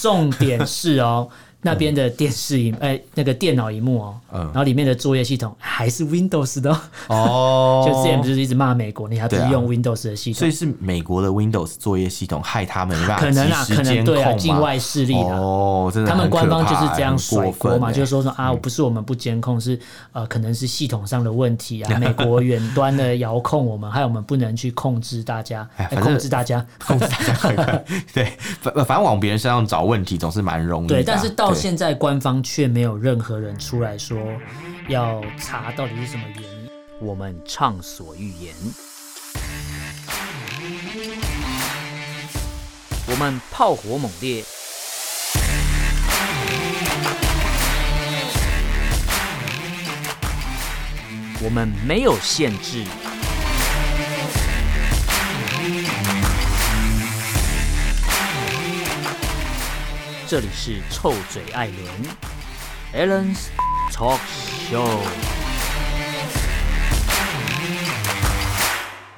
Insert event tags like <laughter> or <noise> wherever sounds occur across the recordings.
重点是 <laughs> 哦，那边的电视荧哎、那个电脑荧幕哦，嗯然后里面的作业系统 <laughs> 还是 Windows 的、哦。<laughs> 哦，就之前不是一直骂美国，你还不是对啊用 Windows 的系所统？以是美国的 Windows 作业系统害他们没办法可能啊，及可时能监对啊，控境嘛外势力啊。哦，真的他很们官可方就是怕这样很甩过锅分嘛，欸就是说说啊，不是我们不监控，是呃，可能是系统上的问题 <laughs> 啊，美国远端的遥控我们，还有我们不能去控制大家，哎哎反正控制大家，控制大家快快 <laughs> 对，反反正往别人身上找问题总是蛮容易的啊。对，但是到对现在官方却没有任何人出来说要查到底是什么原因。我们畅所欲言，我们炮火猛烈，我们没有限制。这里是臭嘴艾伦 a l l e n s Talk Show。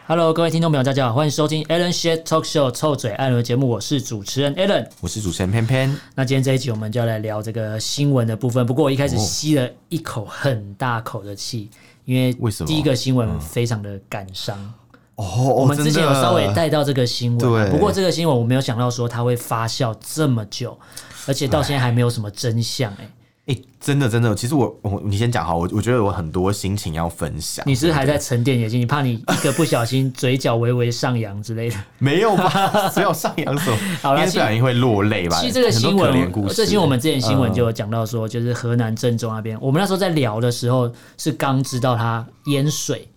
Hello，各位听众朋友，大家好，欢迎收听 Alan Shed Talk Show 臭嘴艾伦的节目，我是主持人 Alan。我是主持人偏偏，那今天这一集我们就要来聊这个新闻的部分。不过我一开始哦吸了一口很大口的气，因为为什么嗯第一个新闻非常的感伤。哦，我我们之前有稍微带到这个新闻啊，对不过这个新闻我没有想到说它会发酵这么久，而且到现在还没有什么真相、欸。哎，哎、真的真的，其实我我你先讲好，我我觉得我很多心情要分享。你是不是还在沉淀眼睛？你怕你一个不小心嘴角微微上扬之类的。没 <laughs> 有吧？只有上扬手，好啦应该不小心会落泪吧？其实这个很多新可怜闻故，事这新闻我们之前新闻就有讲到说，就是河南郑州那边，我们那时候在聊的时候是刚知道他淹水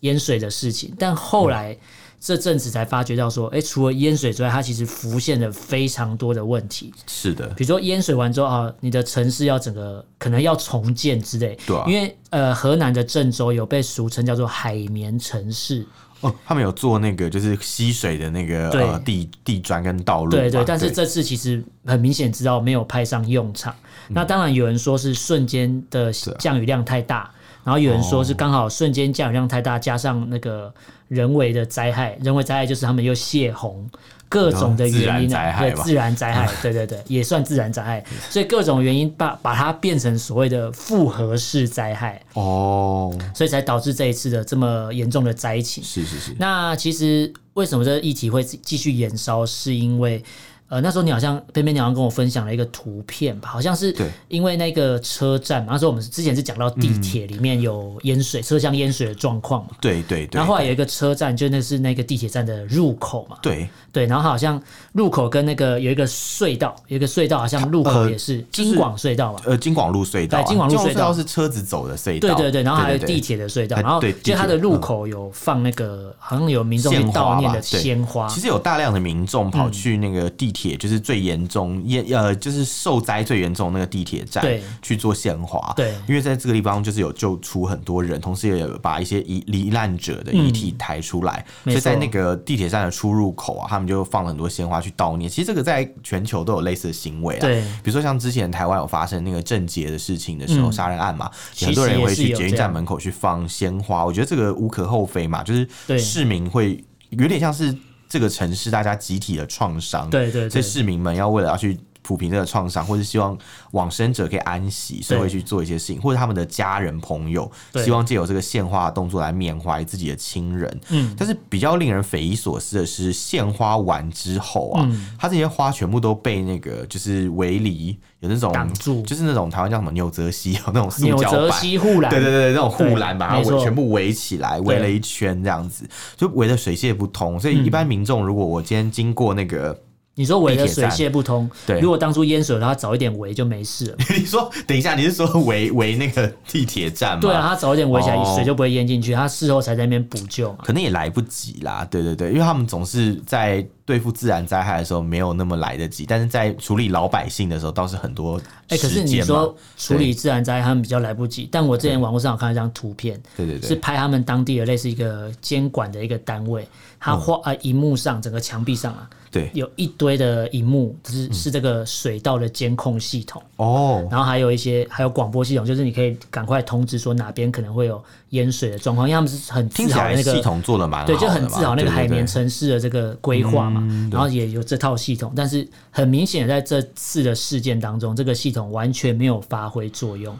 淹水的事情，但后来嗯这阵子才发觉到说，哎，除了淹水之外，它其实浮现了非常多的问题。是的，比如说淹水完之后啊，你的城市要整个可能要重建之类，对啊因为呃，河南的郑州有被俗称叫做海绵城市，哦，他们有做那个就是吸水的那个对呃地地砖跟道路嘛，对嗯啊对，但是这次其实很明显知道没有派上用场。那当然有人说嗯是啊瞬间的降雨量太大，然后有人说是刚好瞬间降雨量太大，加上那个人为的灾害，人为灾害就是他们又泄洪。各种的原因啊，自然灾害对吧自然灾 <laughs> 害，对对对，也算自然灾害，所以各种原因把把它变成所谓的复合式灾害，哦，所以才导致这一次的这么严重的灾情。是是是，那其实为什么这个议题会继续延烧，是因为呃那时候你好像偏偏你好像跟我分享了一个图片吧，好像是对嗯因为那个车站嘛，那时候我们之前是讲到地铁里面有淹水、车厢淹水的状况嘛。对对对，然后后来有一个车站，就那是那个地铁站的入口嘛，对对，然后好像入口跟那个有一个隧道，有一个隧道好像入口呃也是就是京广隧道嘛，呃，京广路隧道啊、对京广路隧道是车子走的隧对道，对对，然后还有对地铁的隧道，还然后对就它的地铁嗯入口有放那个好像有民众去献花悼念吧的对鲜花，其实有大量的民众嗯跑去那个地铁，就是最严重、也呃，就是受灾最严重的那个地铁站对去做献花。对因为在这个地方就是有救出很多人，同时也有把一些遗罹难者的遗体抬出来，嗯没所以在错那个地铁站的出入口啊，他们就放了很多鲜花去悼念。其实这个在全球都有类似的行为啊，对比如说像之前台湾有发生那个郑捷的事情的时候，嗯杀、人案嘛，其实很多人也会是去有捷运这样站门口去放鲜花，我觉得这个无可厚非嘛，就是对市民会有点像是这个城市大家集体的创伤，对对所对以，市民们要为了要去。抚平这个创伤，或是希望往生者可以安息，所以会去做一些事情，或者他们的家人朋友，对希望借由这个献花的动作来缅怀自己的亲人。嗯，但是比较令人匪夷所思的是，献花完之后啊，嗯它这些花全部都被那个就是围篱有那种挡住就是那种台湾叫什么纽泽西，有那种塑纽胶泽板，西护栏，对对对，那种护对栏把它没错围全部围起来，围对嗯了一圈这样子，就围得水泄不通。所以一般民众，如果我今天经过那个，你说围的地铁水站泄不通，对如果当初淹水的话，他早一点围就没事 <laughs> 了。你说等一下，你是说围围那个地铁站吗？对啊，，他早一点围起来，哦水就不会淹进去，他事后才在那边补救嘛。可能也来不及啦。对对对，因为他们总是在对付自然灾害的时候没有那么来得及，但是在处理老百姓的时候倒是很多哎、可是时你间嘛说处理自然灾害，他们比较来不及。但我之前网络上有看到一张图片，对对对是拍他们当地的类似一个监管的一个单位，嗯他画啊荧幕上整个墙壁上啊，对有一堆的荧幕，就是嗯是这个水道的监控系统。哦，然后还有一些还有广播系统，就是你可以赶快通知说哪边可能会有淹水的状况，因为他们是很听自起豪的来那个系统做的蛮好的对，嘛，就很自豪那个对对海绵对城市的这个规划嘛，嘛，嗯对然后也有这套系统，但是很明显在这次的事件当中，这个系统完全没有发挥作用。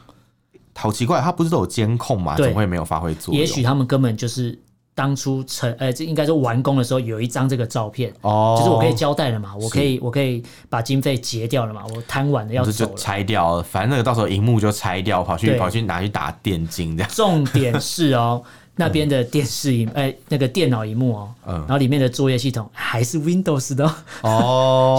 好奇怪，它不是都有监控吗？对怎么会没有发挥作用？也许他们根本就是当初成呃，这应该说完工的时候有一张这个照片，哦，就是我可以交代了嘛，我可以我可以把经费结掉了嘛，我贪玩的要哦这走就了。拆掉，反正那个到时候荧幕就拆掉，跑去对跑去拿去打电竞这样。重点是 <laughs> 哦，那边的电视荧哎、那个电脑荧幕哦，嗯然后里面的作业系统还是 Windows 的哦、哦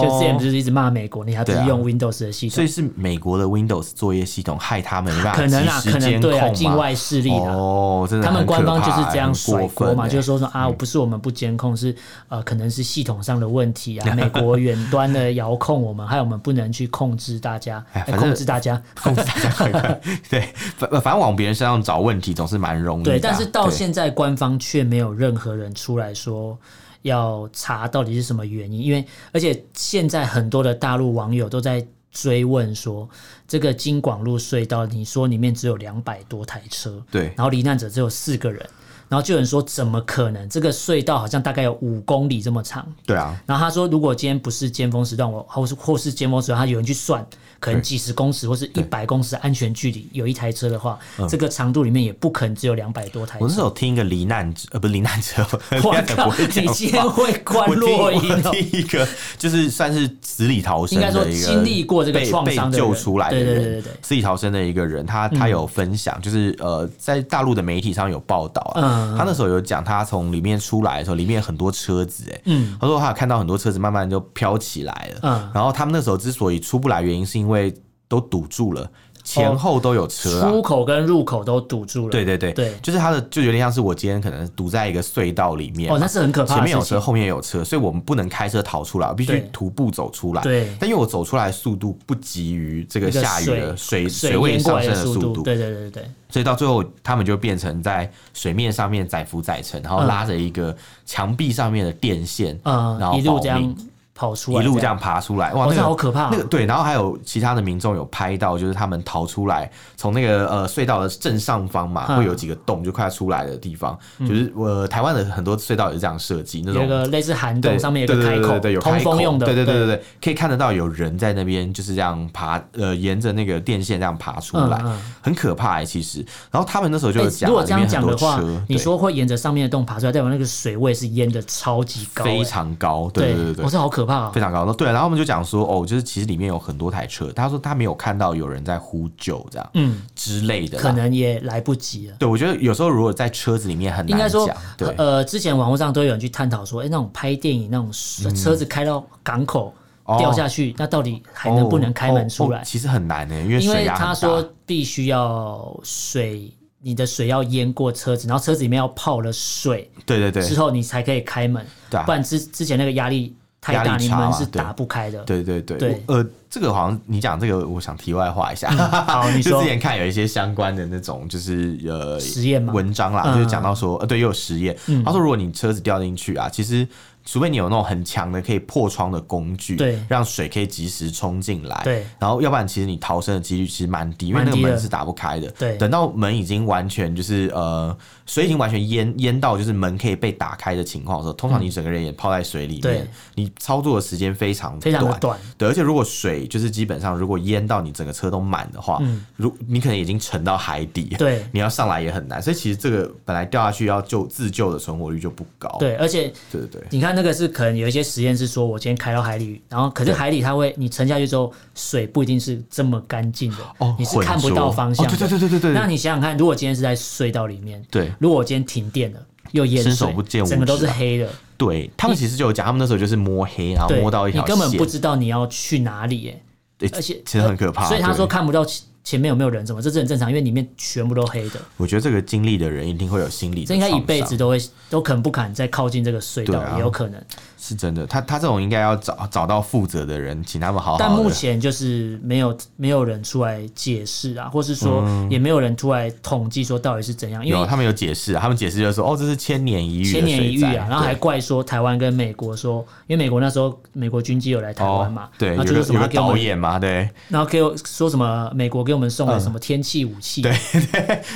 <laughs> 就之前不是一直骂美国，你还不是对啊用 Windows 的系所统？以是美国的 Windows 作业系统害他们没办法可能啊，及可时能监对控啊，嘛？境外势力啊。哦，真的他很们官方可就怕是这样很甩过分锅嘛，欸就是说说啊，不是我们不监控，是呃，可能是系统上的问题 <laughs> 啊，美国远端的遥控我们，还有我们不能去控制大家，哎哎反正控制大家，控制大家快快 <laughs> 对，反反正往别人身上找问题总是蛮容易的啊。对，但是到对现在官方却没有任何人出来说要查到底是什么原因，因为而且现在很多的大陆网友都在追问说，这个京广路隧道，你说里面只有两百多台车，对然后罹难者只有四个人，然后就有人说怎么可能？这个隧道好像大概有五公里这么长，对啊，然后他说，如果今天不是尖峰时段，我或是或是尖峰时段，他有人去算，可能几十公尺或是一百公尺的安全距离有一台车的话，嗯这个长度里面也不可能只有两百多台我那时车。候听一个罹难者，呃，不是罹难者， <laughs> 我罹难 <laughs> 者不靠会！你讲今天话。会关我听落音我哦、听一个，就是算是死里逃生的一个，应该说经历过这个被创伤的被人救出来的人，对对对对对死里逃生的一个人，他他有分享，就是呃，在大陆的媒体上有报道啊，嗯他那时候有讲，他从里面出来的时候，里面很多车子、哎，嗯他说他有看到很多车子慢慢就飘起来了，嗯然后他们那时候之所以出不来，原因是因为都堵住了，前后都有车、啊。哦出口跟入口都堵住了。对对对，对就是他的，就有点像是我今天可能堵在一个隧道里面嘛，哦，那是很可怕前的面有事情车，。后面有车，所以我们不能开车逃出来，我必须对徒步走出来。对但因为我走出来的速度不及于这个一个下雨的水水位淹过上来升的的速度，度，对对对对对，所以到最后他们就变成在水面上面载浮载沉，然后嗯拉着一个墙壁上面的电线，嗯然，后一路保这样命跑出一来，路这样，爬出来，哇，哇那个这好可怕啊那个对，然后还有其他的民众有拍到，就是他们逃出来，从那个呃隧道的正上方嘛，嗯会有几个洞，就快要出来的地方，就是呃台湾的很多隧道也是这样设计，那有种一个类似涵对，洞，上面有对个对开对口对，对有通开风口用的，对对对对对，可以看得到有人在那边就是这样爬，呃，沿着那个电线这样爬出来，嗯嗯很可怕哎、其实。然后他们那时候就有欸讲如啊，果这样里面讲很的多话车，你对说会沿着上面的洞爬出来，代表那个水位是淹的超级高、非欸常高，对对对对我。这好可怕啊、非常高，对，然后他们就讲说，哦，就是其实里面有很多台车，他说他没有看到有人在呼救这样，嗯，之类的啦，可能也来不及了。对我觉得有时候如果在车子里面很应该难说讲，，对，呃，之前网络上都有人去探讨说，哎、那种拍电影那种车子开到港口、嗯哦掉下去，那到底还能不能开门出来？哦哦哦其实很难呢、因为因水为压很他大说必须要水，你的水要淹过车子，然后车子里面要泡了水对对对，之后，你才可以开门，对啊不然之之前那个压力太压力大，你差门嘛是对打不开的。对对对，对嗯我呃，这个好像你讲这个，我想题外话一下。好你就说之前看有一些相关的那种，就是呃实验吗文章啦，嗯就是讲到说，呃，对，也有实验。他说，如果你车子掉进去啊，其实。除非你有那种很强的可以破窗的工具，对让水可以及时冲进来，对然后要不然其实你逃生的几率其实蛮低，因为蛮那个低的门是打不开的。对等到门已经完全就是呃，水已经完全淹淹到就是门可以被打开的情况的时候，通常你整个人也泡在水里嗯面对，你操作的时间非常非常的短对，而且如果水就是基本上如果淹到你整个车都满的话，如你可能已经沉到海底，嗯对 <laughs> 你要上来也很难，所以其实这个本来掉下去要救自救的存活率就不高，对，而且对对对你看那个是可能有一些实验是说，我今天开到海里，然后可是对海里它会，你沉下去之后，水不一定是这么干净的，哦你是看不浑浊到方向的、哦对对对对对对那你想想看，如果今天是在隧道里面，对如果我今天停电了，又淹水，伸手不见五指啊整个都是黑的，对，他们其实就有讲，他们那时候就是摸黑，然后对，啊摸到一条你根本线不知道你要去哪里、耶，对而且呃其实很可怕，所以他对说看不到前前面有没有人，怎么这是很正常，因为里面全部都黑的，我觉得这个经历的人一定会有心理的这应该一创辈伤子都会都可能不敢再靠近这个隧道，对啊也有可能。是真的。他他这种应该要找找到负责的人，请他们好好。但目，前就是没有没有人出来解释啊，或是说也没有人出来统计说到底是怎样，因嗯有为他们有解释啊，他们解释就是说，哦，这是千年一遇的千年一遇水灾啊，然后还对怪说台湾跟美国说，因为美国那时候美国军机有来台湾嘛哦，，对，然有后就个说什么他有个给我导们，演嗯嘛，对，然后给我说什么美国给我们送了什么天气武器，对这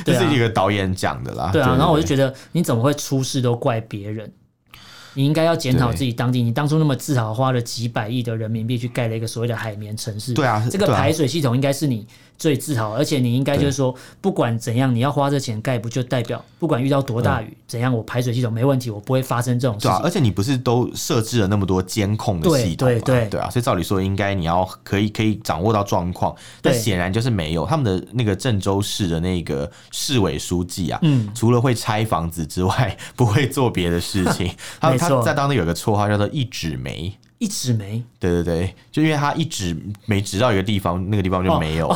对啊是一个导演讲的啦。对啊，然后我就得觉得你怎么会出事都怪别人？你应该要检讨自己当地，你当初那么自豪花了几百亿的人民币去盖了一个所谓的海绵城市，对啊这个对啊排水系统应该是你最自豪，而且你应该就是说，不管怎样，你要花这钱盖，不就代表不管遇到多大雨，怎样我排水系统没问题，我不会发生这种事嗯对啊，情。而且你不是都设置了那么多监控的对系统嘛对对对啊，所以照理说应该你要可以可以掌握到状况，但对显然就是没有。他们的那个郑州市的那个市委书记啊，嗯除了会拆房子之外，不会做别的事 <laughs> 情。他没他错在当地有个绰号叫做“一指梅一指 <laughs> 没”，对对对，就因为他一指没指到一个地方，那个地方哦就没有。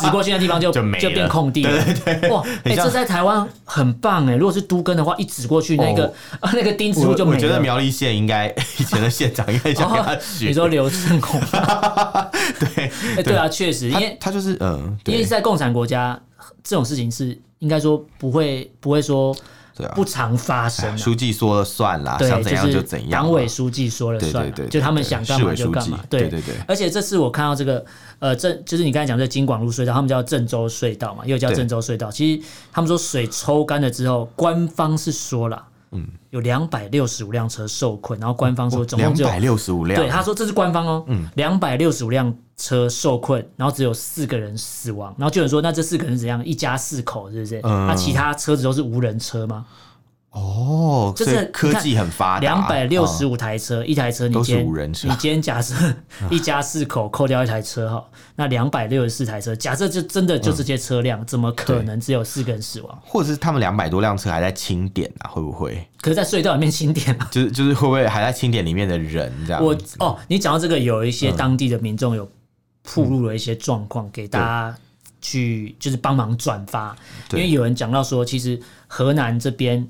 驶过去的地方就就没了变空地了。 <laughs> 哇，哎、像这在台湾很棒哎、如果是都根的话，一指过去那个、啊 <laughs> 那个钉子户我就没哦我了。觉得苗栗县应该以前的县长应该想给他哦，学。你说刘胜宏？ <laughs> 对，哎，对啊，确实，因他为他就是嗯，因为对在共产国家，这种事情是应该说不会不会说对啊不常发生啊。书记说了算啦，对，想怎样是怎样嘛。啊党委书记说了对算对嘛，对，就他们对想干嘛就干嘛。对市委书记对对，而且这次我看到这个，呃，郑就是你刚才讲这京广路隧道，他们叫郑州隧道嘛，又叫对郑州隧道。其实他们说水抽干了之后，官方是说了，嗯，有两百六十五辆车受困，然后官方说总共哦两只有百六十五辆，对，他说这是官方哦，嗯两百六十五辆车受困，然后只有四个人死亡，然后就有人说，那这四个人是怎样？一家四口是不是？那、嗯其他车子都是无人车吗？哦，就是所以你科看技很发达，两百六十嗯五台车，一台车你都是今天无人车你今天假设 <laughs> 一家四口扣掉一台车哈，那两百六十四台车，假设就真的就这些车嗯辆，怎么可能只有四个人死亡？或者是他们两百多辆车还在清点啊，会不会？可是，在隧道里面清点嘛，就是就是会不会还在清点里面的人这样？我哦，你讲到这个，有一嗯些当地的民众有铺露了一些状况，给大家去就是帮忙转发，因对为有人讲到说，其实河南这边。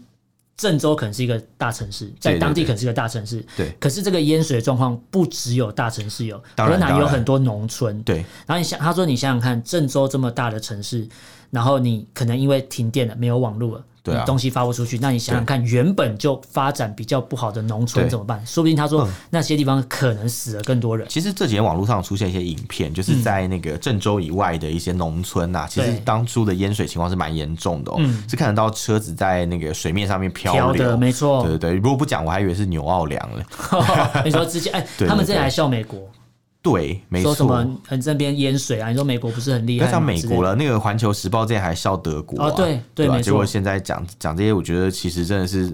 郑州可能是一个大城市，在对对当地对可能是一个大城市，对可是这个淹水状况不只有大城市有，当然河南当有然很多农村。对然后你想，他说你想想看，郑州这么大的城市，然后你可能因为停电了，没有网络了。对啊你东西发不出去，那你想想看，原本就发展比较不好的农村对嗯怎么办？说不定他说、那些地方可能死了更多人。其实这几年网络上出现一些影片，就是在那个郑州以外的一些农村呐、其实嗯对嗯当初的淹水情况是蛮严重的、哦，是看得到车子在那个水面上面漂飘流。的没错对，对对，如果不讲，我还以为是牛奥良了。 <laughs> 你说之前哎，对对他们之前对还笑美国，对，没说错。什么很这边淹水啊？你说美国不是很厉不害要吗？讲美之类国的，了，那个《环球时报》之前还笑德国、啊哦对对对吧没错结果现在讲讲这些，我觉得其实真的是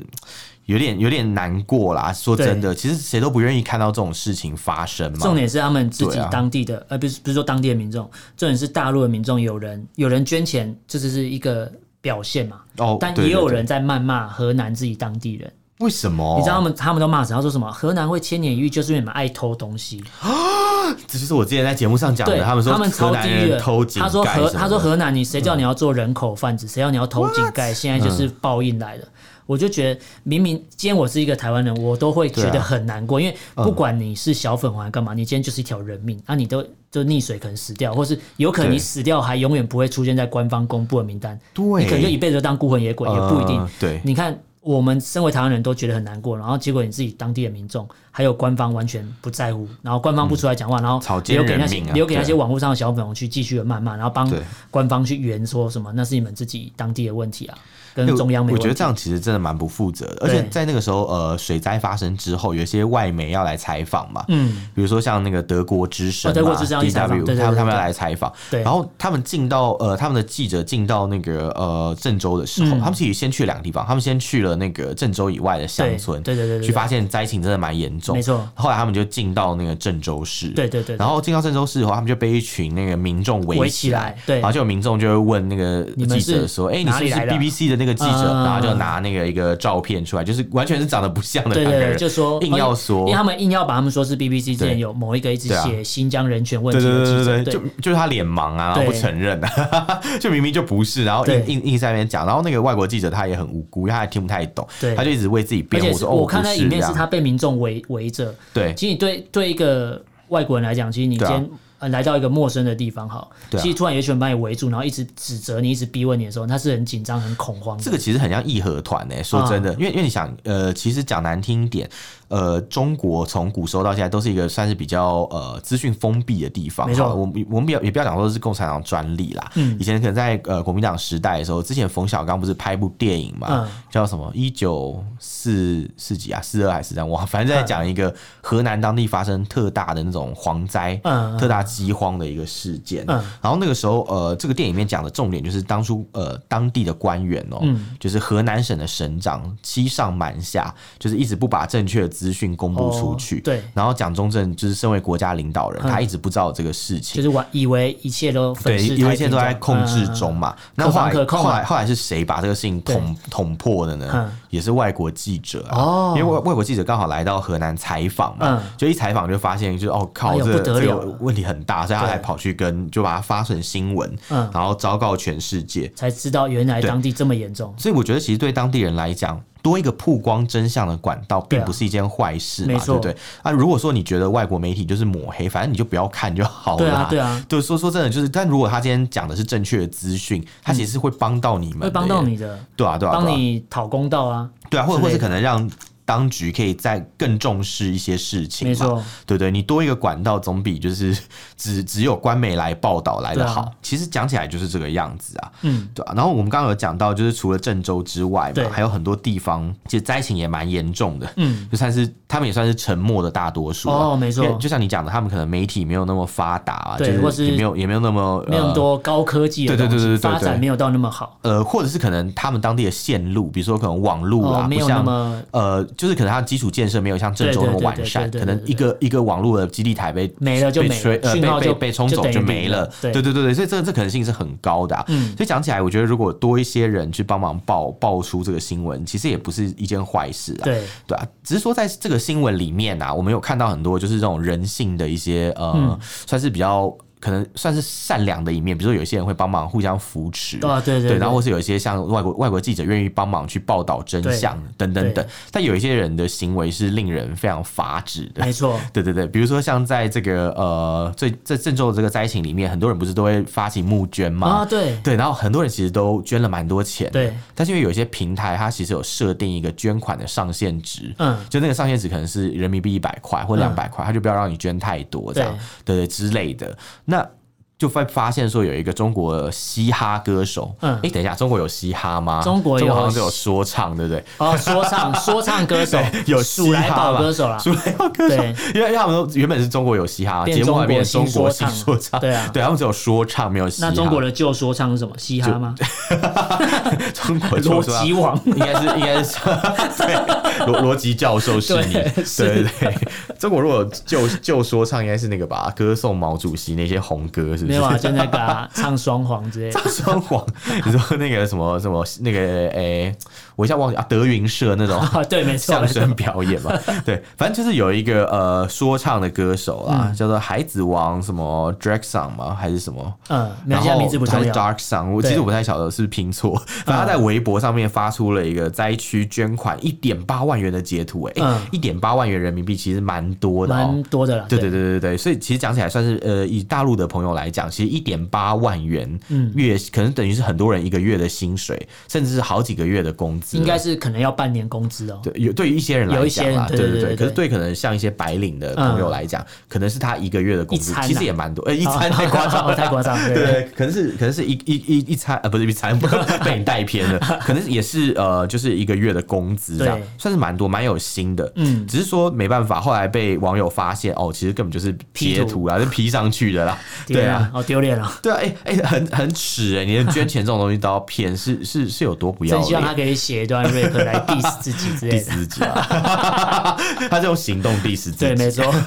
有点有点难过啦。说真的，其实谁都不愿意看到这种事情发生嘛。重点是他们自己对啊当地的，呃，不是不是说当地的民众，重点是大陆的民众有人有人捐钱，这只是一个表现嘛。哦，但对也有，对人在谩骂河南自己当地人。对为什么？你知道他们他们都骂谁？他说什么？河南会千年一遇，就是因为你们爱偷东西。这就是我之前在节目上讲对，的，们说他们河超南地狱人的。偷井他说盖河什么他说的嗯河南，你谁叫你要做人口贩子？谁叫你要偷井盖？现在就是报应来了。我就觉得，明明今天我是一个台湾人，我都会觉对得啊很难过，因为不管你是小粉红还干嘛，你今天就是一条人命，那、你都就溺水可能死掉，或是有可能你对死掉还永远不会出现在官方公布的名单，对，你可能就一辈子都当孤魂野鬼，也不一定嗯。对。你看，我们身为台湾人都觉得很难过，然后结果你自己当地的民众还有官方完全不在乎，然后官方不出来讲话，然草后菅留给那些人命啊留给那些对网络上的小粉红去继续的谩骂，然后帮对官方去圆说什么那是你们自己当地的问题啊，因为跟我中央没我觉得问这题。样其实真的蛮不负责的，而且对在那个时候，呃，水灾发生之后，有一些外媒要来采访嘛，嗯，比如说像那个德国之声嘛、哦德国之声要去采访 DW，对对对他们他们对要来采访，对然后他们进到呃他们的记者进到那个呃郑州的时候，嗯他们其实先去两个地方，他们先去了那个郑州以外的乡对村，对对对对，去对发现灾情真的蛮严重，没错。后来他们就进到那个郑州市，对对对，然后进到郑州市以后，他们就被一群那个民众围起起来来，对然后就有民众就会问那个你们记是者说：“哎、你哪是不里是来的 BBC 的那个记者？”嗯然后就拿那个一个照片出来，就是完全是长得不像的对两个对对，人，就说硬要因为说。他们硬要把他们说是 BBC 之前对有某一个一直对啊写新疆人权问对题对的对记者，对对，就就是他脸盲啊，然后对不承认啊， <laughs> 就明明就不是，然后对硬硬硬在那边讲，然后那个外国记者他也很无辜，因为他也听不太懂，对他就一直为自己而辩且护是说哦，我看不那是影片这是样他被民众围围着，对其实你对对一个外国人来讲，其实你今对啊天、呃来到一个陌生的地方好，对啊其实突然有一群人把你围住，然后一直指责你，一直逼问你的时候，他是很紧张、很恐慌的。嗯这个其实很像义和团诶、说真的，因为因为你想，呃，其实讲难听一点，呃，中国从古时候到现在都是一个算是比较呃资讯封闭的地方。没错嗯好了我们我们不要也不要讲说是共产党专利啦，以前可能在呃国民党时代的时候，之前冯小刚不是拍一部电影嘛，嗯叫什么一九四四几啊，四二还是四三？哇，反嗯正在讲一个河南当地发生特大的那种蝗灾，嗯嗯特大饥荒的一个事件。嗯然后那个时候，呃，这个电影里面讲的重点就是当初呃当地的官员哦、嗯就是河南省的省长欺上瞒下，就是一直不把正确的资讯公布出去。哦对嗯然后蒋中正就是身为国家领导人，他一直不知道这个事情。就是我以为一切都粉对，饰因为太一切平都在这样控制嗯中嘛。那可后防来可控啊后来后来是谁把这个事情捅捅破的呢？嗯也是外国记者啊，哦因为外外国记者刚好来到河南采访嘛，嗯就一采访就发现就是哦哎靠，呦这个不得这了个了问题很大，所以他对才跑去跟就把它发成新闻，嗯然后昭告全世界。才知道原来当地这么严重。所以我觉得，其实对当地人来讲，多一个曝光真相的管道，对啊并不是一件坏事没嘛，对错不对？啊，如果说你觉得外国媒体就是抹黑，反正你就不要看就好了对啦啊，。对啊，对，说说真的，就是，但如果他今天讲的是正确的资讯，他其实是会帮到你们的会耶，帮到你的，对啊，对啊，对啊，帮你讨公道啊，对啊，或者或之是类的可能让当局可以再更重视一些事情，没，错，对对，你多一个管道，总比就是 <laughs> 只只有官媒来报道来的好。对啊其实讲起来就是这个样子啊，嗯，对啊。然后我们刚刚有讲到，就是除了郑州之外嘛对，还有很多地方其实灾情也蛮严重的，嗯，就算是他们也算是沉默的大多数啊哦，没因为错，就像你讲的，他们可能媒体没有那么发达、啊，对就或是是也没有也没有那么没有那么呃多高科技的对对东西对对对对发展对没有到那么好，呃，或者是可能他们当地的线路，比如说可能网路啦，哦，没有不那像么呃，就是可能它的基础建设没有像郑州那么完善，对对对对对对可能一个一个网络的基地台被没了就被没了吹呃讯被号被就被冲走就等于就没了零，对对对对对，所以这这可能性是很高的啊。嗯所以讲起来，我觉得如果多一些人去帮忙爆爆出这个新闻，其实也不是一件坏事啊。对，对啊，只是说在这个新闻里面啊，我们有看到很多就是这种人性的一些呃，嗯算是比较可能算是善良的一面，比如说有些人会帮忙互相扶持啊对对对对然后或是有一些像外国外国记者愿意帮忙去报道真相等等等对，但有一些人的行为是令人非常发指的。没错，对对对，比如说像在这个呃，最在郑州的这个灾情里面，很多人不是都会发起募捐吗？啊，对，对，然后很多人其实都捐了蛮多钱，对。但是因为有一些平台，它其实有设定一个捐款的上限值，嗯就那个上限值可能是人民币一百块或两百块，它就不要让你捐太多这样，对对之类的。那就会发现说有一个中国嘻哈歌手，嗯嗯，哎，等一下，中国有嘻哈吗？中国好有像只有说唱，对不对？哦，说 <laughs> 唱说唱歌手有嘻鼠来哈宝嘛歌手啦，出来要歌手，对因为因为他们都原本是中国有嘻哈变节目，还变中中国新说国新唱说唱，对啊对，他们只有说唱，没有嘻哈。那中国的旧说唱是什么？嘻哈吗？中国 <laughs> 逻的说唱辑王，应该是应该是 <laughs> 对罗罗辑教授是你，对对是对对。中国如果就就说唱，应该是那个吧，歌颂毛主席那些红歌，是不没是有？啊，就那个啊唱双簧之类 <laughs> 的。双簧，你说那个什么什么那个诶、我一下忘记啊，德云社那种 <laughs> 啊， <laughs> 对，没错，相没错声表演嘛，对，反正就是有一个呃说唱的歌手啦，叫做海子王什么 Dragson 吗？还是什么？嗯，没然关系，后名字不重还是要。 Dark Sun，我对啊其实我不太晓得是不是拼错。反正他在微博上面发出了一个灾区捐款一点八万元的截图、欸，哎嗯、一点八万元人民币其实蛮多的哦、蛮多的啦，对对对对对，所以其实讲起来算是呃，以大陆的朋友来讲，其实一点八万元嗯月、可能等于是很多人一个月的薪水，甚至是好几个月的工资了。应该是可能要半年工资哦。对，有对于一些人来有一些讲啦，人对对对对。对可是对对可能像一些白领的朋友嗯来讲，可能是他一个月的工资一，餐其实啊也蛮多，呃，一哦餐太夸张了，太夸张 <laughs> 对对对，可能是可能是一一一一餐呃，不是 <laughs> 一餐，被你带偏了，可能也是呃，就是一个月的工资这样对，算是蛮多，蛮有心的。嗯只是说没办法，后来被网友发现哦，其实根本就是截图图啦，是 P 上 <laughs> 去的啦，对天啊啊，。好丢脸哦！对啊，哎、哎、很很耻哎、你的捐钱这种东西都要骗，是是是有多不要真脸？希望他可以写一段 rap <laughs> 来 diss 自己之类 diss 的。自己啊， <laughs> 他是用行动 diss 自己，对，没错， <laughs>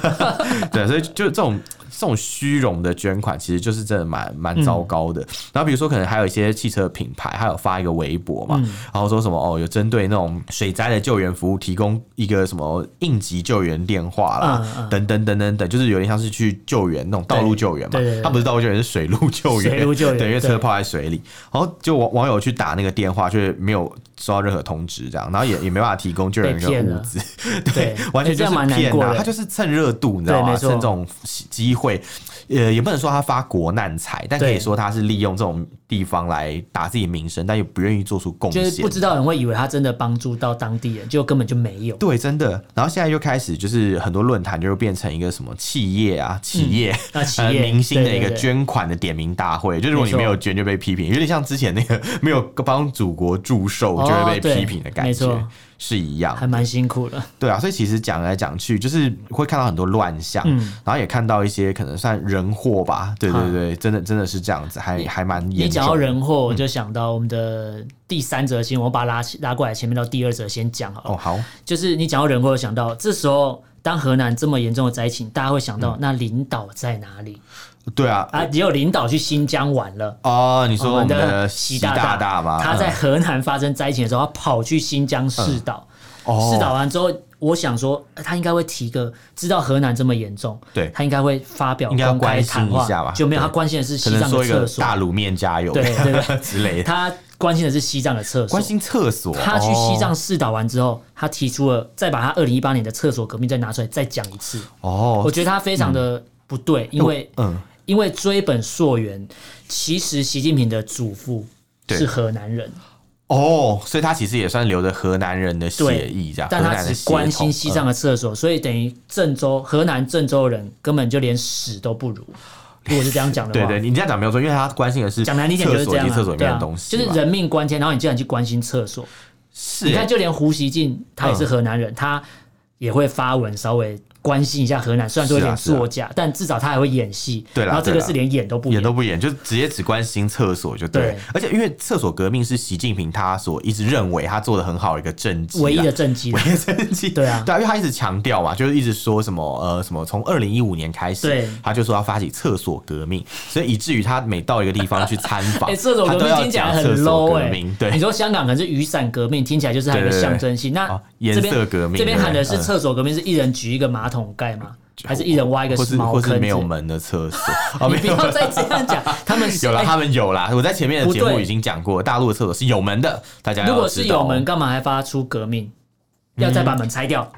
对，所以就这种这种虚荣的捐款，其实就是真的蛮蛮糟嗯糕的。然后比如说，可能还有一些汽车品牌，还有发一个微博嗯嘛，然后说什么哦，有针对那种水灾的救援服务提供一个什么应急救援电话啦，嗯嗯等等等等等，就是有点像是去救援那种道路救援嘛，对对对对它不是道路救援，是水路救援，水路救援 <laughs> 对，因为车对泡在水里，然后就网网友去打那个电话，却没有收到任何通知，这样，然后也也没办法提供救援被的骗了物资，对 <laughs> 完哎这全就样是蛮难骗过啊，的他就是趁热度，你知道对吗？没错趁这种机会，呃，也不能说他发国难财，但可以对说他是利用这种地方来打自己名声，但又不愿意做出贡献，就是不知道人会以为他真的帮助到当地人，就根本就没有。对，真的。然后现在就开始，就是很多论坛就变成一个什么企业啊、企业、啊企 <laughs> 呃业明星的对一个对对捐款的点名大会。就如果你没错没有捐就被批评，有点像之前那个没有帮祖国祝寿就会哦被对批评的感没觉。错是一样，还蛮辛苦的，对啊，所以其实讲来讲去，就是会看到很多乱象，嗯然后也看到一些可能算人祸吧，对对对，真的真的是这样子，还还蛮你严讲到重的。人祸，我就想到我们的第三则新闻，我把它拉起拉过来，前面到第二则先讲好了。哦，好，就是你讲到人祸，我想到这时候，当河南这么严重的灾情，大家会想嗯到、那领导在哪里对啊，啊？只有领导去新疆玩了。哦，你说我们的的习大大大吗？他在嗯河南发生灾情的时候，他跑去新疆试导，哦试导完之后，我想说呃他应该会提个，知道河南这么严重，对他应该会发表应该要公开关心谈话一下吧就没有对他关心的是哦可西能藏说的一个厕所，大卤面加油，对对对 <laughs> 之类的。他关心的是西藏的厕所，关心厕所，他去西藏哦试导完之后，他提出了再把他二零一八年的厕所革命再拿出来再讲一次。我哦，觉得他非常的不对，因为嗯，因为追本溯源，其实习近平的祖父对是河南人，哦，所以他其实也算流着河南人的血意，这样，但河他南的只血关统心西藏的厕所，所以等于郑州河南郑州人根本就连屎都不如。如果是这样讲的对话，对，你这样讲没有错，因为他关心的是讲难听点就是厕所这样及啊，厕所里对啊面的东，西就嘛，是人命关天，然后你竟然去关心厕所，是嗯你看，就连胡锡进他也是河南人，他也会发文稍微关心一下河南，虽然说有点是啊是啊作假，但至少他还会演戏。对啦然后这个对啦是连演都不演都不演，就直接只关心厕所就对了对。而且因为厕所革命是习近平他所一直认为他做的很好的一个政绩啦，唯一的政绩唯。一的政绩。对啊对啊，因为他一直强调嘛，就是一直说什么呃什么，从二零一五年开始，对他就说要发起厕所革命，所以以至于他每到一个地方去参 <laughs> 访，哎，厕所他革都命要听起来讲很厕所 low 革哎、命，对你，说香港可能是雨伞革命，听起来就是它有一个对对对象征性。哦那颜这边色革命这边喊的对是嗯厕所革命，是一人举一个马桶盖吗？还是一人挖一个或是茅或坑之类的？是没有门的 <laughs> 厕所哦，你 <laughs> 没不有要再这样讲，他们是有啦，哎他们有啦。我在前面的节不目对已经讲过，大陆的厕所是有门的，大家要如果啊知是道有门，干嘛还发出革命？要再把门拆掉？，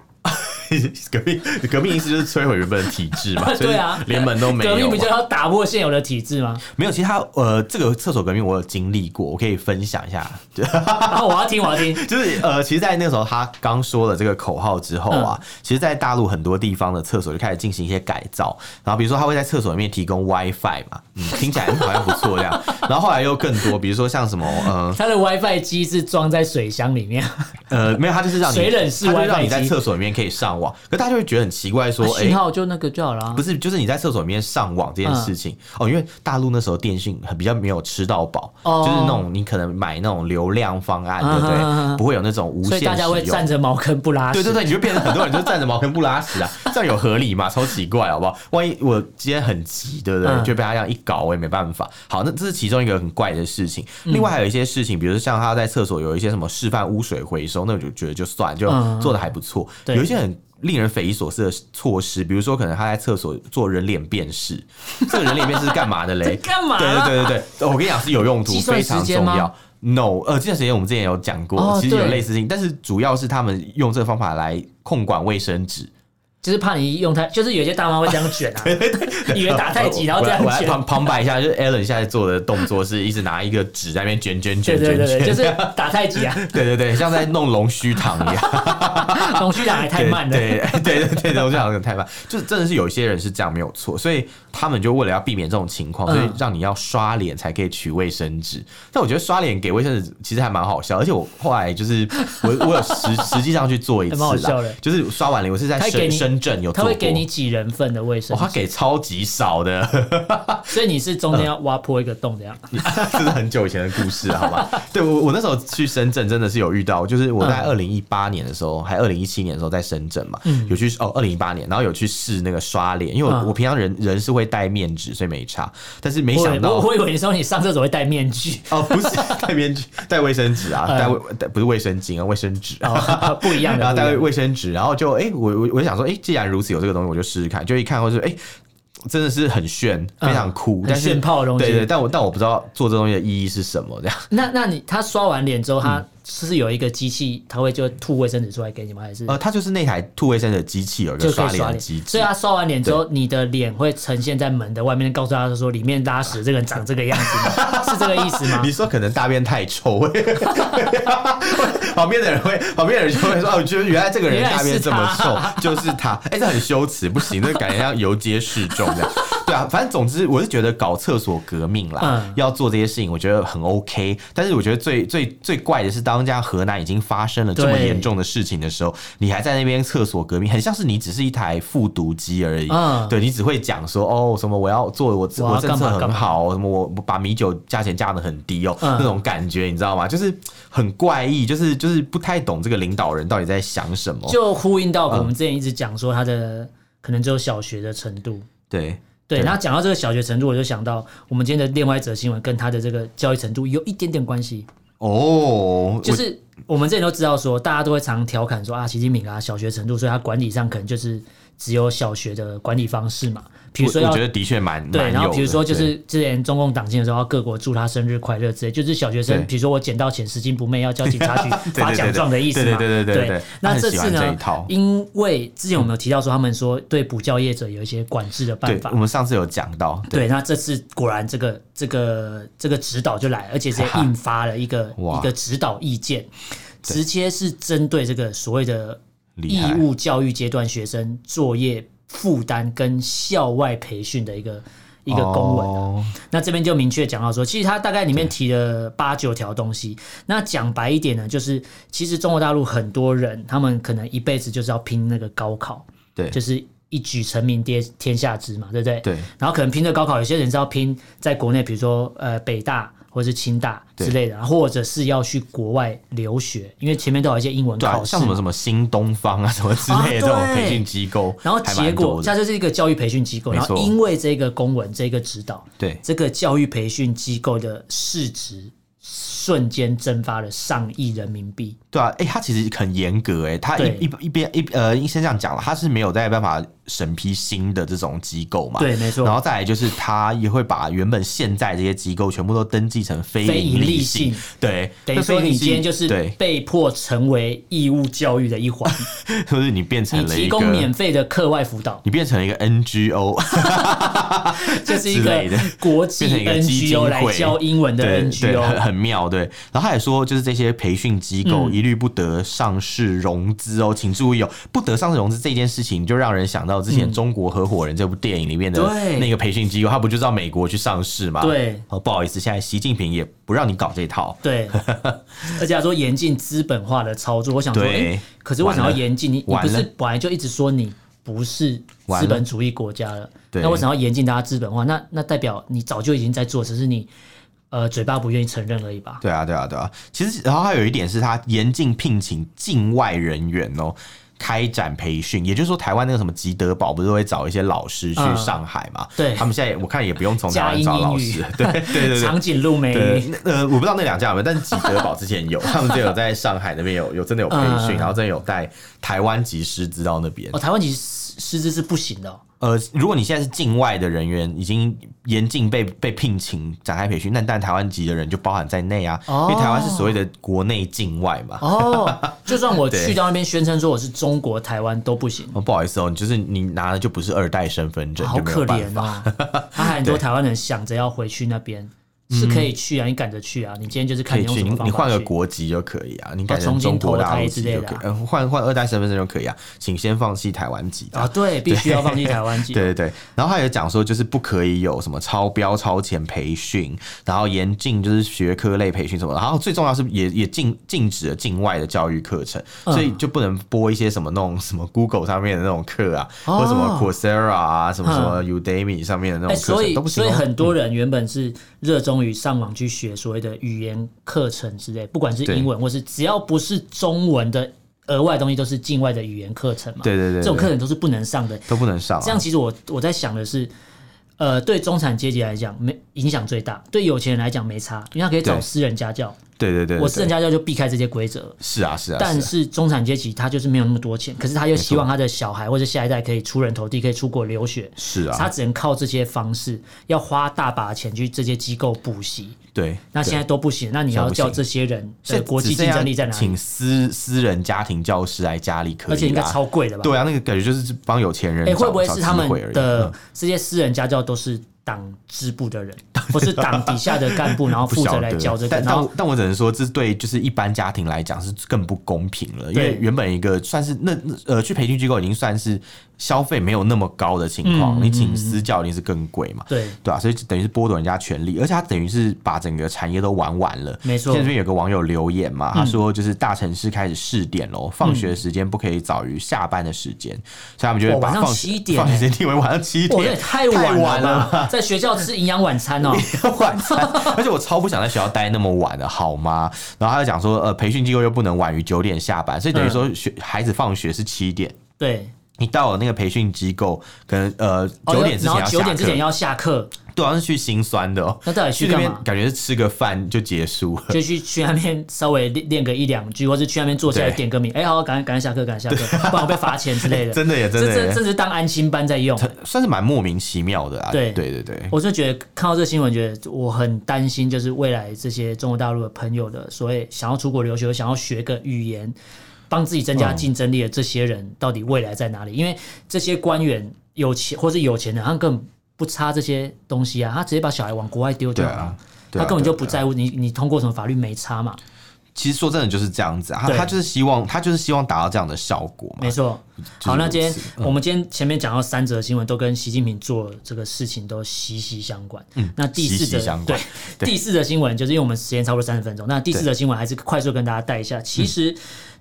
<laughs> 革命，革命意思就是摧毁原本的体制嘛 <laughs> 对啊所以连门都没革有命不嘛就。要打破现有的体制吗？没有，其实他呃，这个厕所革命我有经历过，我可以分享一下。 <laughs> 然哦后我要听，我要听。 <laughs> 就是呃，其实，在那时候他刚说了这个口号之后嗯啊，其实，在大陆很多地方的厕所就开始进行一些改造，然后比如说他会在厕所里面提供 WiFi 嘛，嗯，听起来好像不错这 <laughs> 样。然后后来又更多，比如说像什么呃它的 WiFi 机是装在水箱里面，呃，没有，他就是让你水冷式他就让 WiFi 你在机厕所里面可以上网，可大家就会觉得很奇怪说， <laughs> 哎、讯号就那个就好了啊嗯不。是，就是你在厕所里面上网这件事情、哦，因为大陆那时候电信很比较没有吃到饱，哦就是那种你可能买那种流量方案，对不对？啊哈哈哈不会有那种无所限以大家会使用站着茅坑不拉屎。对对对，你就变成很多人就站着茅坑不拉 <laughs> 屎啊，这样有合理吗？超奇怪，好不好？万一我今天很急，对不对？嗯就被他这样一搞，我也没办法。好，那这是其中一个很怪的事情。嗯另外还有一些事情，比如说像他在厕所有一些什么示范污水回收，那我就觉得就算，就嗯做的还不错。对有一些很。令人匪夷所思的措施，比如说可能他在厕所做人脸辨识，这个人脸辨识是干嘛的嘞？这 <laughs> 干嘛对啦对对对对，我跟你讲是有用途，计算非时常间重吗要。No，呃，这段时间我们之前有讲过，哦其实有对类似性，但是主要是他们用这个方法来控管卫生纸。就是怕你用它，就是有些大妈会这样卷 <laughs> 啊， <laughs> 以为打太极，然后这样我来我来卷。旁旁白一下，就是 Alan 现在做的动作是一直拿一个纸在那边卷卷对卷对卷对对，卷，就是打太 <laughs> 极啊，对对对，像在弄龙须糖一样。龙须党还太慢了。对对对对对，我就想太慢，就是真的是有一些人是这样没有错，所以他们就为了要避免这种情况，嗯所以让你要刷脸才可以取卫生纸。但我觉得刷脸给卫生纸其实还蛮好笑，而且我后来就是我我有实实际上去做一次还蛮好啦笑的，就是刷完脸，我是在他给深你深圳有他做过，会给你几人份的卫生哦，他纸，给超级少的。所以你是中间嗯要挖破一个洞这样。 <laughs> 这是很久以前的故事了，好吧？对我，我那时候去深圳真的是有遇到，就是我嗯在二零一八年的时候，还二零一七年的时候在深圳嘛，有去哦二零一八年，然后有去试那个刷脸，因为我、嗯我平常人人是会戴面纸，所以没差，但是没我想到我我以为你说你上厕所会戴面 <laughs> 具，哦，不是戴面纸，戴卫生纸啊，嗯戴卫戴不是卫生巾啊，卫生纸。哦， <laughs> 不一样的。然后不一带样的啊卫生纸，然后就哎、我我我就想说，哎、既然如此有这个东西，我就试试看。就一看，或者哎、真的是很炫，非常酷，嗯很但是炫炮的东西对对，但我但我不知道做这东西的意义是什么，这样。嗯那那你他刷完脸之后，他是有一个机器，它会就吐卫生纸出来给你吗？还是呃，它就是那台吐卫生的机器，有一就个可以刷刷脸的脸机？器所以。它刷完脸之后，你的脸会呈现在门的外面，告诉他说里面拉屎这个人长这个样子 <laughs> 吗？是这个意思吗你？说可能大便太臭，旁边的人会，旁边的人就会说：“哦，觉得原来这个人大便这么臭，就是他。哎，这很羞耻，不行，这感觉像游街示众这样。对啊，反正总之，我是觉得搞厕所革命啦，嗯要做这些事情，我觉得很 OK。但是我觉得最最最怪的是，当家河南已经发生了这么对严重的事情的时候，你还在那边厕所革命，很像是你只是一台复读机而已。嗯对你只会讲说哦什么我要做我自我要我政干嘛策干很嘛好，什么我我把米酒价钱降得很低哦，嗯那种感觉你知道吗？就是很怪异，就是就是不太懂这个领导人到底在想什么。就呼应到嗯我们之前一直讲说他的可能只有小学的程度。对，对，对然后讲到这个小学程度，我就想到我们今天的另外一则新闻跟他的这个教育程度有一点点关系。哦，就我是我们之前都知道说，大家都会常调侃说啊，习近平啊，小学程度，所以他管理上可能就是只有小学的管理方式嘛。比如说我我要觉得的确蛮对，蛮然后有比如的说就对是之前中共党庆的时候，各国祝他生日快乐之类，就是小学生对，比如说我捡到钱拾金不昧，要交警察 <laughs> 局对罚奖状的意思嘛。对对对对对对他那很这喜次欢这呢一套，因为之前我们有提到说，他们说对补教业者有一些管制的办对，法我。们上次有讲到，对对，那这次果然这个这个这个指导就来了，而且直接印发了一个哇一个指导意见，直接是针对这个所谓的厉义害务教育阶段学生作业负担跟校外培训的一个一个公文啊、哦那这边就明确讲到说，其实它大概里面提了八九条东西。那讲白一点呢，就是其实中国大陆很多人，他们可能一辈子就是要拼那个高考，对就是一举成名跌天下知嘛，对不对？对。然后可能拼这高考，有些人是要拼在国内，比如说呃北大或者是清大之类的，或者是要去国外留学，因为前面都有一些英文对啊考试像什嘛。么什么新东方啊，什么之类的这啊种对培训机构，然后还结蛮果，多它的。就是一个教育培训机构，没然错后因为这个公文、这个指导，对，这个教育培训机构的市值瞬间蒸发了上亿人民币。对啊，哎、他其实很严格、哎，他对一一一边一呃，先这样讲了，他是没有再办法审批新的这种机构嘛，对，没然错。后再来就是，他也会把原本现在这些机构全部都登记成非非盈盈利性性，对，等于那非说盈利你今天性就是对， <laughs> 被迫成为义务教育的一环，就是你变成你了提一个供免费的课外辅导，你变成了一个 NGO，这是一之个类的国际变成一个基金 NGO 会来教英文的对对，很 NGO。很妙，对。然后他也说，就是这些培训机嗯构一律不得上市融资哦，请注意哦，不得上市融资这件事情，就让人想到之前《中国合伙人》这部电影里面的嗯对那个培训机构，他不就到美国去上市吗？对哦，不好意思，现在习近平也不让你搞这套，对， <laughs> 而且他说严禁资本化的操作，我想说，对诶可是为什么完要了严禁？你你完不是了本来就一直说你不是完了资本主义国家了，对那为什么要严禁大家资本化？那那代表你早就已经在做，只是你呃嘴巴不愿意承认而已吧？对啊，对啊，对啊。其实，然后还有一点是，他严禁聘请境外人员哦。开展培训，也就是说，台湾那个什么吉德堡不是会找一些老师去嗯上海嘛？对他们现在我看也不用从台佳湾音找老英师 <laughs> 语，，对对对对长颈鹿美对语，，那呃，我不知道那两家有没有，但是吉德堡之前有， <laughs> 他们就有在上海那边有有真的有培训，嗯然后真的有带台湾籍师资到那边哦，。台湾其实师师资是不行的哦、呃，如果你现在是境外的人员，已经严禁被被聘请展开培训，那但台湾籍的人就包含在内啊，因为台湾是所谓的国内境外嘛。哦，就算我 <laughs> 对去到那边宣称说我是中国台湾都不行，哦，不好意思哦，就是你拿的就不是二代身份证，啊好就没可有办怜法。哦。 <laughs> 他还很多台湾人想着要回去那边，是可以去啊，你赶着去啊，你今天就是嗯可看以用去，什你么你方换法个去。国籍就可以啊，你改哦成重新中国投大胎陆之籍类就的可以啊，呃换换二代身份证就可以啊，请先放弃台湾籍这样啊，对，必须要放弃台湾籍。 <laughs> 对对对，然后他也讲说，就是不可以有什么超标、超前培训，然后严禁就是学科类培训什么的，然后最重要是也也禁禁止了境外的教育课程，嗯所以就不能播一些什么那种什么 Google 上面的那种课啊，或什么 Coursera 啊，什么什么 Udemy 上面的那嗯哎，种课所程以都不行所以哦。很多人原本是热衷于上网去学所谓的语言课程之类，不管是对英文或是只要不是中文的额外的东西，都是境外的语言课程嘛。对对对对这种课程都是不能上的。都不能上、这啊样，其实我我在想的是，呃，对中产阶级来讲没影响最大，对有钱人来讲没差，因为他可以找对私人家教。对对对对我私人对家教就避开这些规则。是啊是啊，但是啊是中产阶级他就是没有那么多钱，可是他又希望他的小孩或者下一代可以出人头地，可以出国留学，是他啊，只能靠这些方式，要花大把钱去这些机构补习。对。那现在都不行，那你要现在叫不行这些人现的在国际只剩竞下争力在哪里请？私私人家庭教师来家里可以啦，而且应该超贵的吧？对啊，那个感觉就是帮有钱人哎、找。会不会找是机他们会而已的嗯这些私人家教都是党支部的人，或是党底下的干部，然后不负责晓来得教这个？但然但后我但我只能说，这对就是一般家庭来讲是更不公平了，因为对原本一个算是那那呃去培训机构已经算是消费没有那么高的情况，嗯你请私教一定是更贵嘛。对，对啊，所以等于是剥夺人家权利，而且他等于是把整个产业都玩完了。没错嗯现在这边有个网友留言嘛，他说就是大城市开始试点喽，放学时间不可以早于下班的时间，所以他们就会哇把晚上放7点放学时间定为晚上七我这点也，太晚晚了了吧？在学校吃营养晚餐 <laughs> 哦、晚餐，而且我超不想在学校待那么晚的，好吗？然后他就讲说，呃，培训机构又不能晚于九点下班，所以等于嗯说学、孩子放学是七点，对，你到了那个培训机构，可能呃哦九点之前然要后九下点之课，前要下课，对啊，好像是去心酸的哦、那到底去那干边呃嘛？感觉是吃个饭就结束 <laughs> 了。就去去那边稍微练练个一两句，或是去那边坐下来对点个名，哎、好，赶快赶快下课，赶快下课，不然我被罚钱之类的。 <laughs> 真的耶，真这的这耶，这是当安心班在用。算是蛮莫名其妙的啊。对对对对，我就觉得看到这新闻，觉得我很担心，就是未来这些中国大陆的朋友的所谓想要出国留学、想要学个语言，帮自己增加竞争力的这些人，到底未来在嗯哪里？因为这些官员有钱或是有钱的，他根本不差这些东西啊，他直接把小孩往国外丢就对好了。啊。对他啊根本就对啊不在乎你，你通过什么法律没差嘛？其实说真的就是这样子啊，他对他就是希望他就是希望达到这样的效果嘛没。错。就是好，那今天如此嗯我们今天前面讲到三则新闻，都跟习近平做这个事情都息息相关。嗯，那第四息息则相关对第四则新闻，就是因为我们时间超过三十分钟，那第四对则新闻还是快速跟大家带一下。其实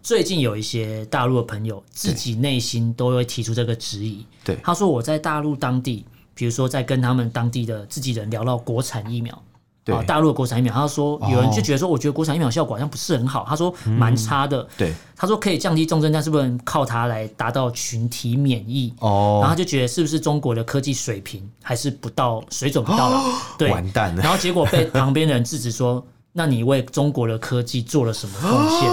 最近有一些大陆的朋友自己内心都会提出这个质疑。对他说我在大陆当地，比如说在跟他们当地的自己人聊到国产疫苗。对哦啊，大陆的国产疫苗，他说有人就觉得说，我觉得国产疫苗效果好像不是很好，他说嗯蛮差的。对他说可以降低重症，但是不能靠它来达到群体免疫。然后哦，他就觉得是不是中国的科技水平还是不到水准不到 <gasps> 了？对，完蛋了然。后结果被旁边的人制止说：“那你为中国的科技做了什么贡献？”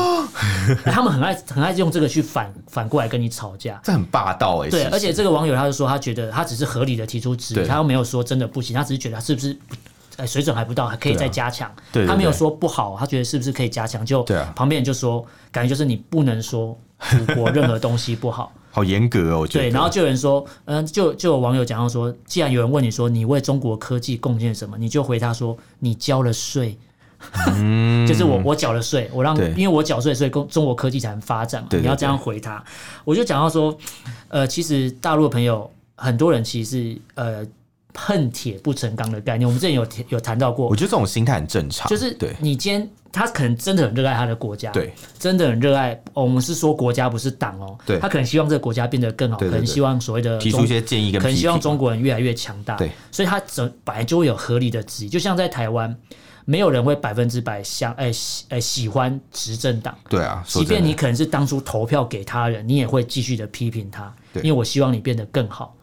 <laughs> 他们很爱很爱用这个去反反过来跟你吵架。这很霸道哎、欸。对其，实而且这个网友他就说，他觉得他只是合理的提出质疑，对他又没有说真的不行，他只是觉得他是不是不呃水准还不到，还可以对啊再加强。对对对他没有说不好，他觉得是不是可以加强？就对啊旁边人就说，感觉就是你不能说祖国任何东西不好。好严格哦，我觉得。对，然后就有人说，嗯、就就有网友讲到说，既然有人问你说你为中国科技贡献什么，你就回答说你交了税， <laughs> 就是我我缴了税，我让嗯对因为我缴税，所以中中国科技才能发展嘛。对对你要这样回他，我就讲到说，呃，其实大陆的朋友很多人其实是呃恨铁不成钢的概念，我们之前有有谈到过我，觉得这种心态很正常，就是呃对你今天他可能真的很热爱他的国家，对真的很热爱。哦我们是说国家不是党哦，对他可能希望这个国家变得更好，对对对可能希望所谓的提出中一些建议跟可能批希望评中国人越来越强大，对，所以他整本来就会有合理的质疑，就像在台湾。没有人会百分之百相哎喜哎喜欢执政党，对啊，说即便真的你可能是当初投票给他的人，你也会继续的批评他，对因为我希望你变得更好，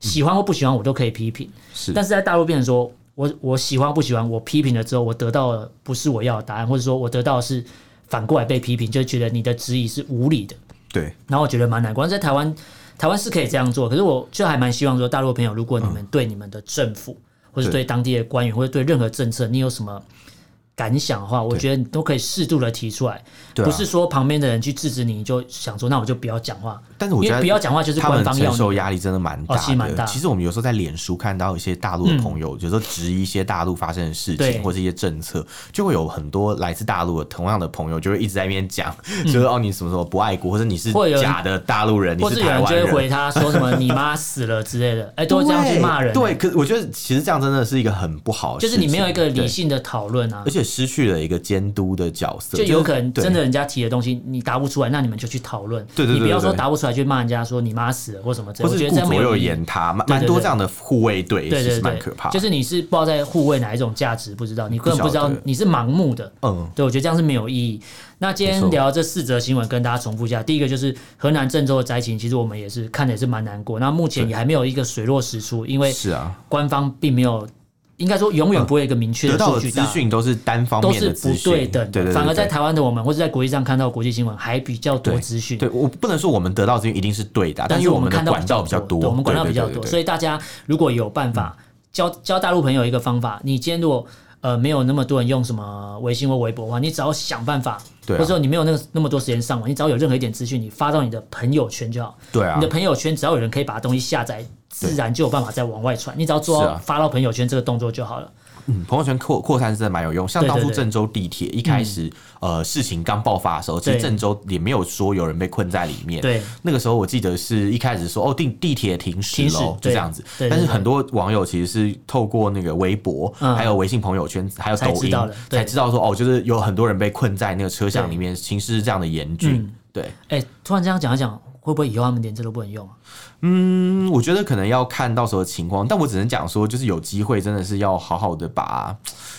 喜欢或不喜欢我都可以批评。是但是在大陆变成说，我我喜欢不喜欢，我批评了之后，我得到了不是我要的答案，或者说我得到的是反过来被批评，就觉得你的质疑是无理的。对然后我觉得蛮难过。但在台湾，台湾是可以这样做，可是我就还蛮希望说，大陆的朋友，如果你嗯们对你们的政府，或者对当地的官员，或者对任何政策，你有什么感想的话，我觉得你都可以适度的提出来，对啊不是说旁边的人去制止你，你就想说那我就不要讲话。但是我觉因为得不要讲话就是他官们方要承你受压力真的蛮大哦是蛮的。大嗯其实我们有时候在脸书看到一些大陆的朋友，有时候质疑一些大陆发生的事对情或是一些政策，就会有很多来自大陆的同样的朋友就会一直在那边讲，就是哦你什么什么不爱国，或者你是或嗯有人假的大陆人，你或是有台人就湾会人。回他说什么“你妈死了”之类的，哎、都会这样去骂人、欸对，可是我觉得其实这样真的是一个很不好的事就情，是你没有一个对理性的讨论啊而。且失去了一个监督的角色，就有可能对真的人家提的东西你答不出来，那你们就去讨论。对对对你不要说对对答不出来就骂人家说你妈死了或什么之类或的。我是觉得顾这样没左有右意义。言他，对蛮对蛮对多这样的护卫队，对其对实对，蛮可怕的。就是你是不知道在护卫哪一种价值，不知道，你根本不知道不晓得，你是盲目的。嗯，对，我觉得这样是没有意义。那今没天错聊这四则新闻，跟大家重复一下。第一个就是河南郑州的灾情，其实我们也是看的也是蛮难过。那目前也还没有一个水落石出，因为是啊，嗯官方并没有。应该说永远不会有一个明确得到数的据资大。讯都是单方都面是的不资讯，对等对的，对，反而在对台湾的我们，或者在国际上看到的国际新闻还比较多对资讯。对我不能说我们得到资讯一定是对的啊，但因是为我们的看到管道比较多，对我们管道比较多，所以以大家如果有办法嗯教教大陆朋友一个方法，你今天如果呃没有那么多人用什么微信或微博的话，你只要想办法，对啊或者说你没有那个那么多时间上网，你只要有任何一点资讯，你发到你的朋友圈就好。对啊你的，朋友圈只要有人可以把东西下载，自然就有办法再往外传。你只要做是到啊发到朋友圈这个动作就好了。嗯朋友圈扩扩散是真的蛮有用。像对对当初对嗯郑州地铁一开始，呃，事情刚爆发的时候，其实对郑州也没有说有人被困在里面。对，那个时候我记得是一开始说哦，地地铁停驶停驶喽，就对这样子。对对但是对很多网友其实是透过那个微博、嗯还有微信朋友圈、还有才抖知音道的对才知道说哦，就是有很多人被困在那个车厢对里面，形势这样的严峻。对，哎、突然这样讲一讲，会不会以后他们连这都不能用啊？嗯，我觉得可能要看到时候的情况，但我只能讲说，就是有机会真的是要好好的把，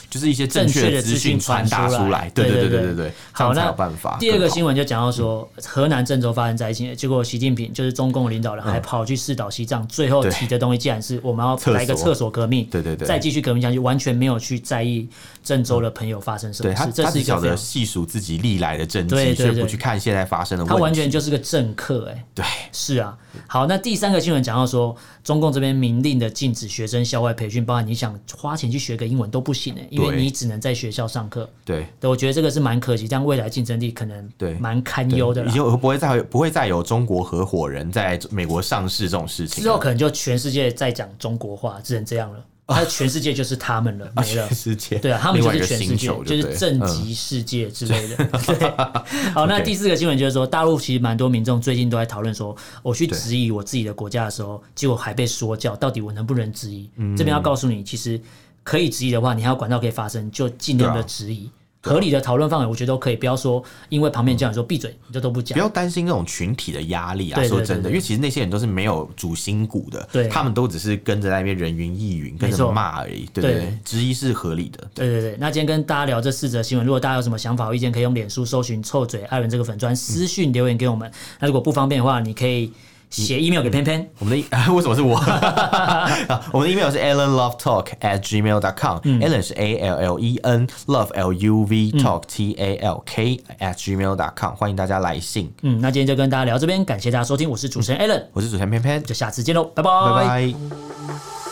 就是一些正正确确的的资资讯讯传达传出出来来。对对对对对对对对，这好样才那有办法。第二个啊更好新闻就讲到说，河南郑州发生灾情，结果习近平就是中共领导嗯人还跑去试导西藏，最后对提的东西竟然是我们要来一个厕所厕所革命，对对对再继续革命下去，完全没有去在意郑州的朋友发生什对么他，事，这他是只一个晓非得常细数自己历来的政绩，对对却对不去看现在发生的问他题。完全就是个政客、哎，对，是啊，好，那第三个新闻讲到说，中共这边明令的禁止学生校外培训，包含你想花钱去学个英文都不行、哎，因为对你只能在学校上课。对对，我觉得这个是蛮可惜，这样未来竞争力可能对蛮堪对忧的啦以。后不会再不会再有中国合伙人在美国上市这种事情了。之后可能就全世界在讲中国话，只能这样了。他全世界就是他们 <laughs> 了，没了全。世界对啊，他们啊另就外一是个全世星界，球就对是正嗯极世界之类 <laughs> 的。对，好，那 OK 第四个新闻就是说，大陆其实蛮多民众最近都在讨论说，我去质疑我自己的国家的时候，结果还被说教，到底我能不能质疑？嗯这边要告诉你，其实可以质疑的话，你还有管道可以发声，就尽量的对啊质疑。合理的讨论范围，我觉得都可以，不要说因为旁边叫你说闭嘴，你就都不讲不。要担心那种群体的压力啊！对对说对真的，对因为其实那些人都是没有主心骨的，对他们都只是跟着在那边人云亦云，跟没错着骂而已，对不对对？质疑是合理的，对对对，那今天跟大家聊这四则新闻，如果大家有什么想法或意见，可以用脸书搜寻“臭嘴艾伦”这个粉砖私讯留言给我们。那如果不方便的话，你可以写 email 给偏偏。我们的、 <laughs> 啊、为什么是 <laughs> 我？啊我们的 email 是 allenlovetalk at gmail dot com、Allen 嗯是 A L L E N love L U V talk T A L K at gmail dot com，欢迎大家来信。嗯，那今天就跟大家聊这边，感谢大家收听，我是主持人 Alan，我是主持人偏偏，就下次见喽，拜拜拜。